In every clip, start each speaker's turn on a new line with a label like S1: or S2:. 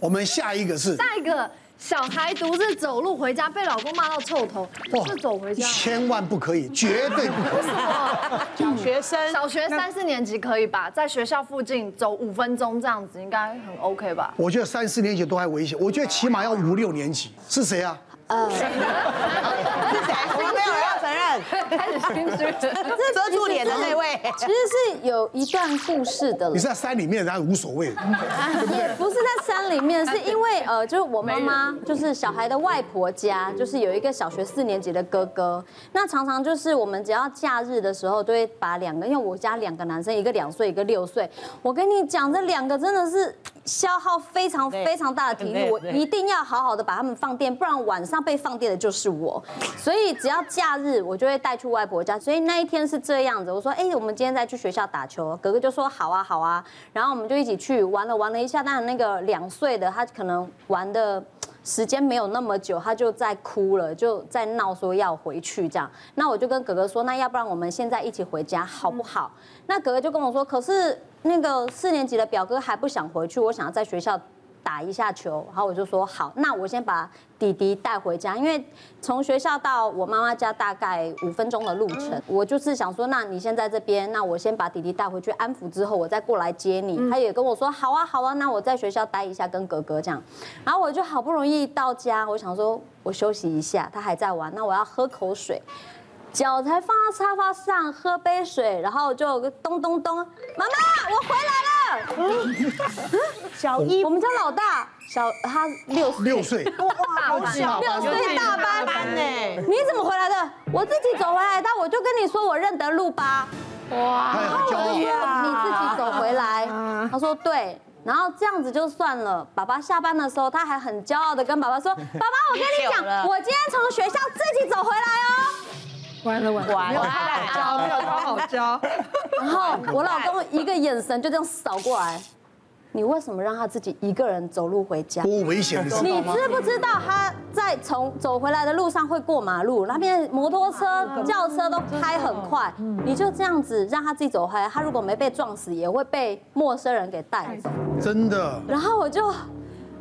S1: 我们下一个是
S2: 下一个小孩独自走路回家，被老公骂到臭头，就走回家。
S1: 千万不可以，绝对不可以。
S3: 小学生，
S2: 小学三四年级可以吧？在学校附近走五分钟这样子，应该很 OK 吧？
S1: 我觉得三四年级都还危险，我觉得起码要五六年级。是谁啊？
S3: 是谁？我们没有人要承认，
S2: 开始心虚了。
S3: 遮住脸的那位。
S4: 其实是有一段故事的了
S1: 你是，在山里面，然后无所谓。
S4: 也不是在山里面，是因为呃，就是我妈妈就是小孩的外婆家，就是有一个小学四年级的哥哥，那常常就是我们只要假日的时候，都会把两个，因为我家两个男生，一个两岁，一个六岁，我跟你讲，这两个真的是。消耗非常
S3: 对
S4: 非常大的体力，
S3: 对
S4: 我
S3: 对
S4: 一定要好好的把他们放电，不然晚上被放电的就是我。所以只要假日，我就会带去外婆家。所以那一天是这样子，我说，哎、我们今天再去学校打球。哥哥就说好啊，好啊。然后我们就一起去玩了，玩了一下。但那个两岁的他可能玩的。时间没有那么久，他就在哭了，就在闹说要回去这样。那我就跟哥哥说，那要不然我们现在一起回家好不好？那哥哥就跟我说，可是那个四年级的表哥还不想回去，我想要在学校打一下球，然后我就说好，那我先把弟弟带回家，因为从学校到我妈妈家大概五分钟的路程，我就是想说，那你先在这边，那我先把弟弟带回去安抚之后，我再过来接你。他也跟我说好啊好啊，那我在学校待一下，跟哥哥这样。然后我就好不容易到家，我想说我休息一下，他还在玩，那我要喝口水。脚才放到沙发上，喝杯水，然后就有个咚咚咚，妈妈，我回来了。
S3: 小一
S4: 我们家老大小他六岁，
S1: 六岁，
S2: 大班
S1: 大
S4: 六
S1: 班
S4: 岁大班。
S3: 班呢？
S4: 你怎么回来的？我自己走回来的，我就跟你说我认得路吧。
S1: 哎好骄傲。
S4: 你自己走回来。
S3: 啊
S4: 他说对，然后这样子就算了。爸爸下班的时候，他还很骄傲的跟爸 爸说：“爸爸，我跟你
S3: 你久了
S4: 讲，我今天从学校自己走回来哦。”
S3: 完了，
S5: 教没有超好教，
S4: 然后我老公一个眼神就这样扫过来，你为什么让他自己一个人走路回家？
S1: 多危险，你知道
S4: 你
S1: 吗？
S4: 知不知道他在从走回来的路上会过马路，那边摩托车、轿车都开很快，你就这样子让他自己走回来，他如果没被撞死，也会被陌生人给带走。
S1: 真的，
S4: 然后我就。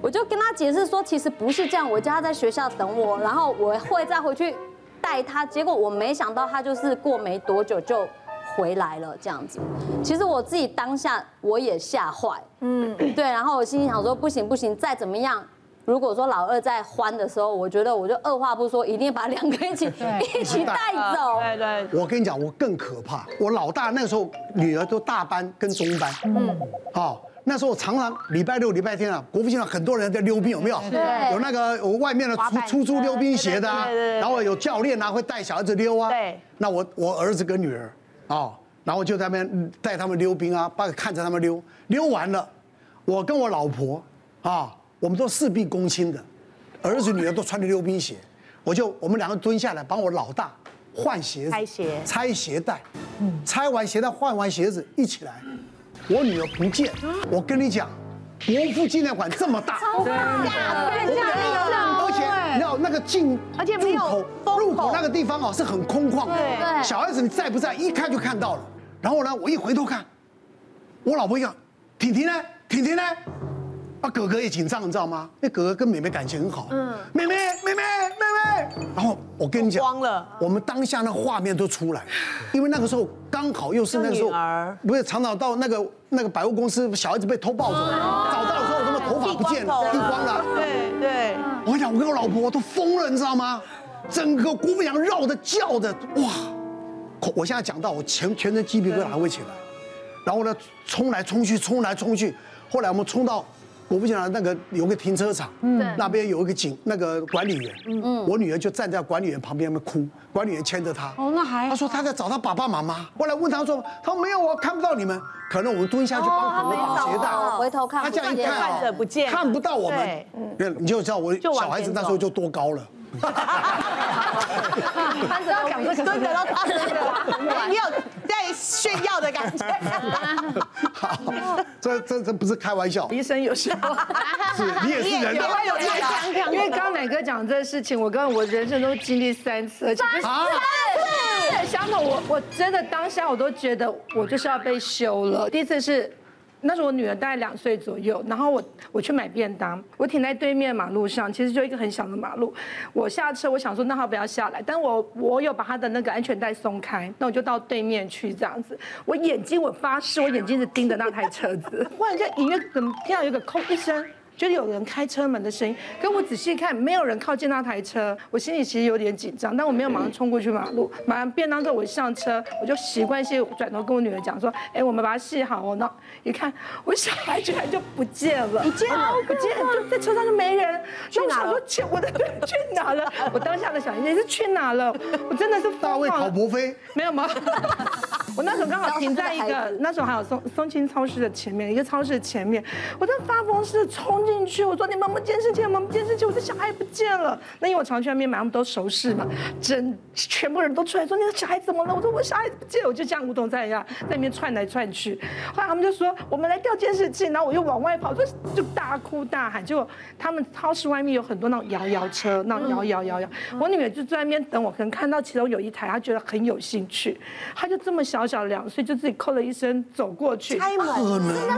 S4: 我就跟他解释说，其实不是这样，我叫他在学校等我，然后我会再回去带他。结果我没想到他就是过没多久就回来了，这样子。其实我自己当下我也吓坏，嗯，对。然后我心里想说，不行不行，再怎么样，如果说老二在欢的时候，我觉得我就二话不说，一定把两个一起 一起带走。
S3: 对对，
S1: 我跟你讲，我更可怕。我老大那时候女儿都大班跟中班，嗯，好。那时候常常礼拜六、礼拜天啊，国父纪念堂很多人在溜冰，有没有？
S4: 对
S1: 有那个我外面的出出租溜冰鞋的啊
S3: 对对对，对
S1: 然后有教练啊会带小孩子溜啊。
S3: 对。
S1: 那我我儿子跟女儿，哦，然后就在那边带他们溜冰啊，把看着他们溜，溜完了，我跟我老婆啊，我们都事必躬亲的，儿子女儿都穿着溜冰鞋，我就我们两个蹲下来帮我老大换鞋子，
S3: 拆鞋嗯
S1: 拆鞋带，拆完鞋带换完鞋子一起来，我女儿不见，
S3: 嗯
S1: 我跟你讲，国父纪念馆这么大，而
S2: 对这样子啊
S1: 且你知道那个进，
S3: 哎而且没有
S1: 入口
S3: 风口
S1: 入口那个地方哦是很空旷的，
S3: 对
S1: 小孩子你在不在一看就看到了。然后呢，我一回头看，我老婆一看，婷婷呢？婷婷呢？啊，哥哥也紧张，你知道吗？那哥哥跟妹妹感情很好，嗯，妹妹，妹妹，妹妹。然后我跟你讲，
S3: 我慌了
S1: 我们当下那画面都出来，因为那个时候刚好又是那个时候
S3: 就女儿，
S1: 不是常常到那个那个百货公司，小孩子被偷抱走，
S3: 哦
S1: 找到的时候怎么头发不见了，剃光了。
S3: 对对，
S1: 我跟你讲，我跟我老婆都疯了，你知道吗？整个姑母娘绕着叫的，哇！口我现在讲到我全全身鸡皮疙瘩还会起来，然后呢，冲来冲去，冲来冲去。后来我们冲到国父纪念堂那个有个停车场，那边有一个警那个管理员，
S5: 嗯
S1: 我女儿就站在管理员旁边那边哭，管理员牵着她，
S5: 哦那还
S1: 她说她在找她爸爸妈妈。后来问她说，她说没有啊，看不到你们，可能我们蹲下去
S5: 哦
S1: 帮哥哥绑鞋带。
S4: 回头看
S1: 他
S4: 不
S1: 这样
S4: 见，
S1: 一看哦，
S3: 患者不见了
S1: 看不到我们对，
S3: 对，
S1: 你就知道我
S3: 就往
S1: 小孩子
S3: 前
S1: 那时
S3: 走
S1: 候就多高了。
S2: 班长讲这
S3: 蹲
S2: 个
S3: 着到他你有在炫耀的感觉。
S1: 好，这这这不是开玩笑，
S5: 医生有时候。
S1: 是你也是人
S3: 有
S1: 啊
S3: 有有
S5: 因为刚刚奶哥讲这个事情，我跟我人生都经历三次，而且就是
S1: 啊！
S5: 对，相同我我真的当下我都觉得我就是要被休了。第一次是那时候我女儿大概两岁左右，然后我我去买便当，我停在对面马路上，其实就一个很小的马路。我下车，我想说那她不要下来，但我我有把她的那个安全带松开，那我就到对面去这样子。我眼睛，我发誓，我眼睛是盯着那台车子。忽然间隐约怎么听到有一个空一声，就是有人开车门的声音。可我仔细看，没有人靠近那台车，我心里其实有点紧张，但我没有马上冲过去马路。买完便当之后，我上车，我就习惯性转头跟我女儿讲说：“哎，我们把它系好哦。”那一看，我小孩居然就不见了，不见了，不见了，就在车上就没人。那我想说，去我的去哪了？我当下的小心是去哪了？我真的是
S1: 大
S5: 疯
S1: 卫
S5: 狂
S1: 跑博飞，
S5: 没有吗？ 我那时候刚好停在一个，那时候还有松松青超市的前面，一个超市的前面，我在发疯似的冲进去，我说你们有没有监视器，有没有监视器，我的小孩不见了。那因为我常去外面买，他们都熟识嘛，整全部人都出来说你的小孩怎么了？我说我小孩不见了，我就像无头在一样在那边窜来窜去。后来他们就说我们来调监视器，然后我又往外跑，就就大哭大喊。结果他们超市外面有很多那种摇摇车，那种摇摇摇摇。我女儿就在那边等我，可能看到其中有一台，她觉得很有兴趣，她就这么小小两岁就自己扣了一声走过去。
S3: 开门，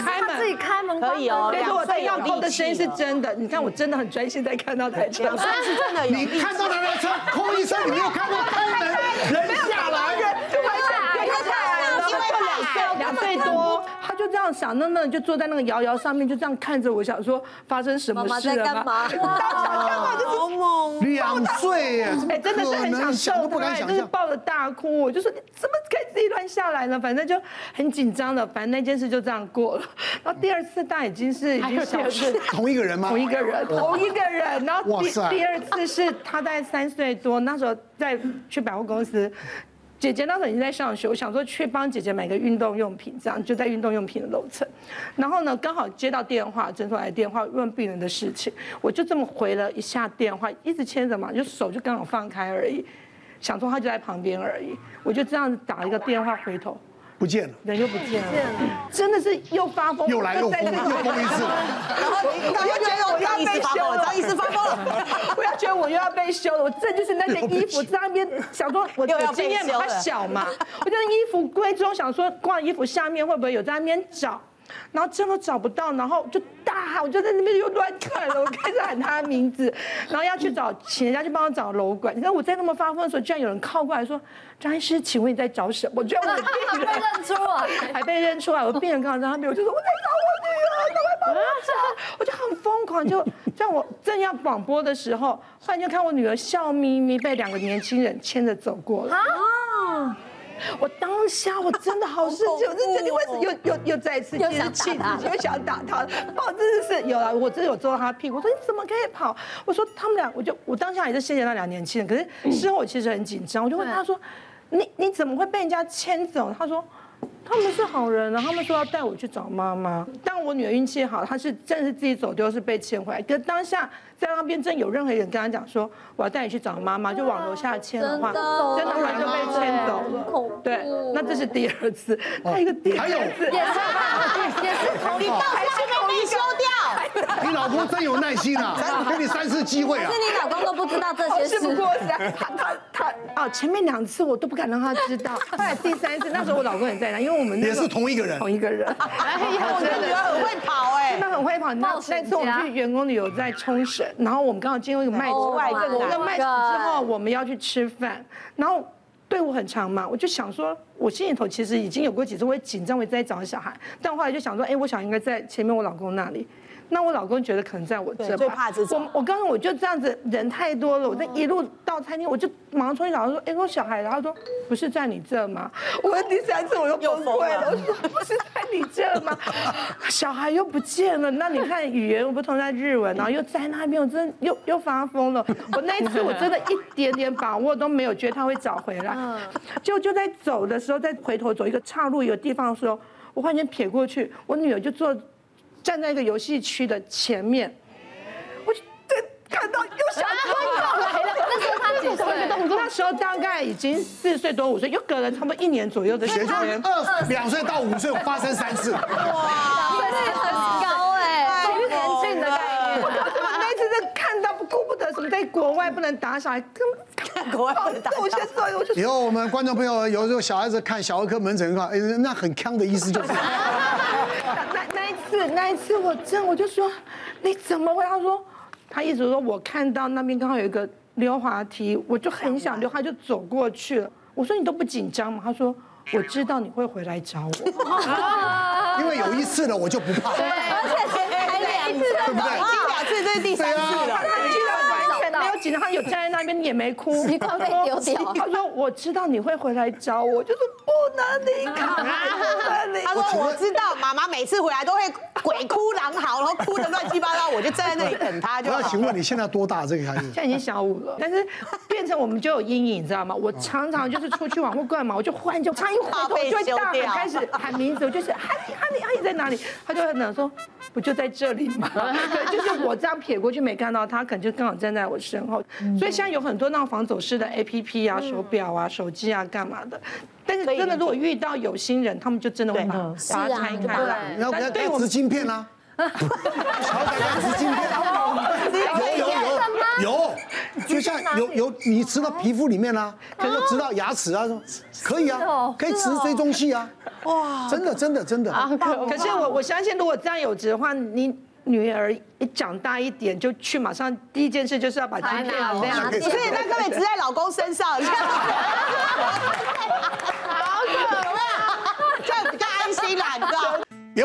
S5: 开
S2: 他自己
S5: 门。
S2: 开门关
S3: 可以哦
S2: 门
S5: 所以说我在
S3: 两
S5: 要
S3: 岁有
S5: 扣的
S3: 力气
S5: 声音是
S3: 了
S5: 真的，你看我真的很专心在看那台车。
S3: 两岁是真的有
S1: 你看到他的车，空一声，你没有看到开门，人下来，
S5: 就完
S3: 因
S5: 全
S3: 为
S5: 了，
S3: 因为他
S5: 两岁多，他就这样想，那那就坐在那个摇摇上面，就这样看着我，想说发生什么
S4: 妈妈
S5: 事
S4: 在
S5: 了
S4: 干
S5: 吗？
S4: 嘛？
S3: 好猛，
S1: 两岁耶，怎
S5: 哎、
S1: 么
S5: 真的是
S1: 可
S5: 很
S1: 能
S5: 想
S1: 想
S5: 揍
S1: 都不敢
S5: 他，哎
S1: 想
S5: 就是
S1: 象。
S5: 抱着大哭。我就说你怎么可以自己乱下来呢？反正就很紧张的，反正那件事就这样过了。然后第二次大已经是已经小事，
S1: 同一个人吗？
S5: 同一个人，同一个人。然后
S1: 哇
S5: 第
S1: 塞
S5: 第二次是他大概三岁多，那时候在去百货公司。姐姐那时候已经在上学，我想说去帮姐姐买个运动用品，这样就在运动用品的楼层。然后呢，刚好接到电话，诊所来电话问病人的事情，我就这么回了一下电话，一直牵着嘛，就手就刚好放开而已，想说他就在旁边而已，我就这样子打一个电话回头，
S1: 不见了，
S5: 人又不见了，真的是又发疯，
S1: 又来又疯，
S5: 在这个
S1: 又疯一次。
S3: 然后然后觉 得我要被修了，张医师发疯了。
S5: 我要觉得我又要被修了，我这就是那件衣服在那边想说我
S3: 又要
S5: 我
S3: 被
S5: 经验比
S3: 修
S5: 较
S3: 了
S5: 小嘛，
S3: 啊
S5: 我就在衣服柜中想说挂衣服下面会不会有在那边找。然后真的找不到，然后就大喊，我就在那边又乱看了，我开始喊他的 名字，然后要去找，请人家去帮我找楼管。你知道我在那么发疯的时候，居然有人靠过来说：“张医师，请问你在找什么？”我觉得我的
S2: 他
S5: 病
S2: 被
S5: 人
S2: 认出来，
S5: 还被认出来，我病人刚好在那边，我就说我在找我女儿，赶快帮我找，我就很疯狂，就在我正要广播的时候，忽然就看我女儿笑眯眯被两个年轻人牵着走过
S2: 啊
S5: 了。我当下我真的 好生气，我真的为什么又又又再一次
S4: 哦又
S5: 就是
S4: 想打
S5: 气自
S4: 他
S5: 己，又想打他，抱真的是有啊了，我真的有坐到他屁股，我说你怎么可以跑？我说他们俩，我就我当下也是谢谢那俩年轻人，可是事后我其实很紧张，我就问他说，你你怎么会被人家牵走？他说。他们是好人啊，他们说要带我去找妈妈。但我女儿运气好，她是真的是自己走丢，是被牵回来。可是当下在那边真有任何人跟她讲说我要带你去找妈妈，就往楼下牵的话，
S4: 真的哦
S5: 真的后来就被牵走了。
S4: 恐怖
S5: 对，那这是第二次，还有一个第
S1: 哦还有
S5: 三次，
S2: 也是也是同一
S3: 还是没被修掉，
S1: 你老婆真有耐心啊，给你三次机会啊
S4: 是。你老公都不知道这
S5: 我
S4: 些
S5: 事
S4: 事
S5: 哦不。过三，他他他啊，前面两次我都不敢让他知道，后来第三次那时候我老公也在那，因为我们那
S1: 也
S5: 个
S1: 是同一个人
S5: 同一个人，哎呀，
S3: 我的女儿很会跑哎
S5: 真。的很会跑。那
S2: 冒
S5: 那
S2: 险家
S5: 次我们去员工旅游在冲绳，然后我们刚好经过一个卖场，
S3: Oh my
S5: 那
S3: God
S5: 个卖场之后我们要去吃饭，然后。队伍很长嘛，我就想说，我心里头其实已经有过几次我也紧张，我也在找小孩，但我后来就想说，哎、我想应该在前面我老公那里，那我老公觉得可能在我这
S3: 对，
S5: 吧
S3: 最怕这种
S5: 我我刚刚我就这样子，人太多了，我这一路到餐厅，我就马上冲去找他说，哎、我小孩，然后他说不是在你这吗？我第三次我又
S3: 又
S5: 崩
S3: 疯
S5: 溃
S3: 了
S5: 了，我说不是在你这吗？ 小孩又不见了，那你看语言又不通，在 日文，然后又在那边，我真的又又发疯了。我那一次我真的一点点把握都没有，觉得他会找回来。
S3: 嗯
S5: 就就在走的时候，再回头走一个岔路一个地方的时候，我忽然间撇过去，我女儿就坐站在一个游戏区的前面，我就看到又想
S2: 又来了，那时候他几岁？
S5: 那时候大概已经四岁多五岁，又隔了差不多一年左右的
S1: 也
S5: 时
S1: 就
S5: 间。
S1: 二两岁到五岁发生三次，
S2: 对，很高哎，周年庆的概念。
S5: 我那次是看到顾不得什么，在国外不能打小孩，根本
S3: 国外不能打小孩
S5: 我先说，我 就
S1: 以后我们观众朋友有时候小孩子看小儿科门诊的话，哎，那很康的意思就是，
S5: 那那次，那一次我真我就说你怎么会？他说他一直说我看到那边刚好有一个溜滑梯，我就很想溜，他就走过去了。我说你都不紧张吗？他说我知道你会回来找我。
S1: 因为有一次了，我就不怕。
S4: 而且才才两次，
S1: 对不对
S3: 已经两次，这是第三次
S1: 对
S3: 了
S1: 啊。
S5: 他居然完全没有紧张，他有站在那边也没哭。
S4: 习惯被丢掉
S5: 他说我知道你会回来找我，就是不能离开，不能离开
S3: 他说：“我知道，妈妈每次回来都会鬼哭狼嚎，然后哭得乱七八糟，我就站在那里等她就
S1: 我要
S3: 好
S1: 请。问你现在多大？这个孩 子
S5: 现在已经小五了，但是变成我们就有阴影，你知道吗？我常常就是出去玩或干嘛，我就忽然就他一回头我就会大喊，开始喊名字，我就是哈利哈利哈利在哪里？他就很冷说，不就在这里 吗？对，就是我这样撇过去没看到他，可能就刚好站在我身后。
S4: 嗯
S5: 所以现在有很多那种防走失的 A P P 啊、手表啊、手机啊干嘛的。但是真的，如果遇到有心人，他们就真的会把把它
S4: 是啊
S5: 拆
S4: 就把
S5: 开
S4: 它
S5: 来。
S1: 要不要
S5: 但
S1: 要植晶片啊？乔改要植晶片，有有有有，就像有有你植到皮肤里面啊，就植到牙齿啊，可以啊，可以植追踪器啊。哇，真的真的真的，
S5: 可是我我相信，如果这样有值的话，你女儿一长大一点就去，马上第一件事就是要把金片
S4: 拿
S5: 这样
S4: 拿。
S3: 所以那根本只在老公身上，你看， 好可怕，这样比较安心啦，你知道。”
S1: 别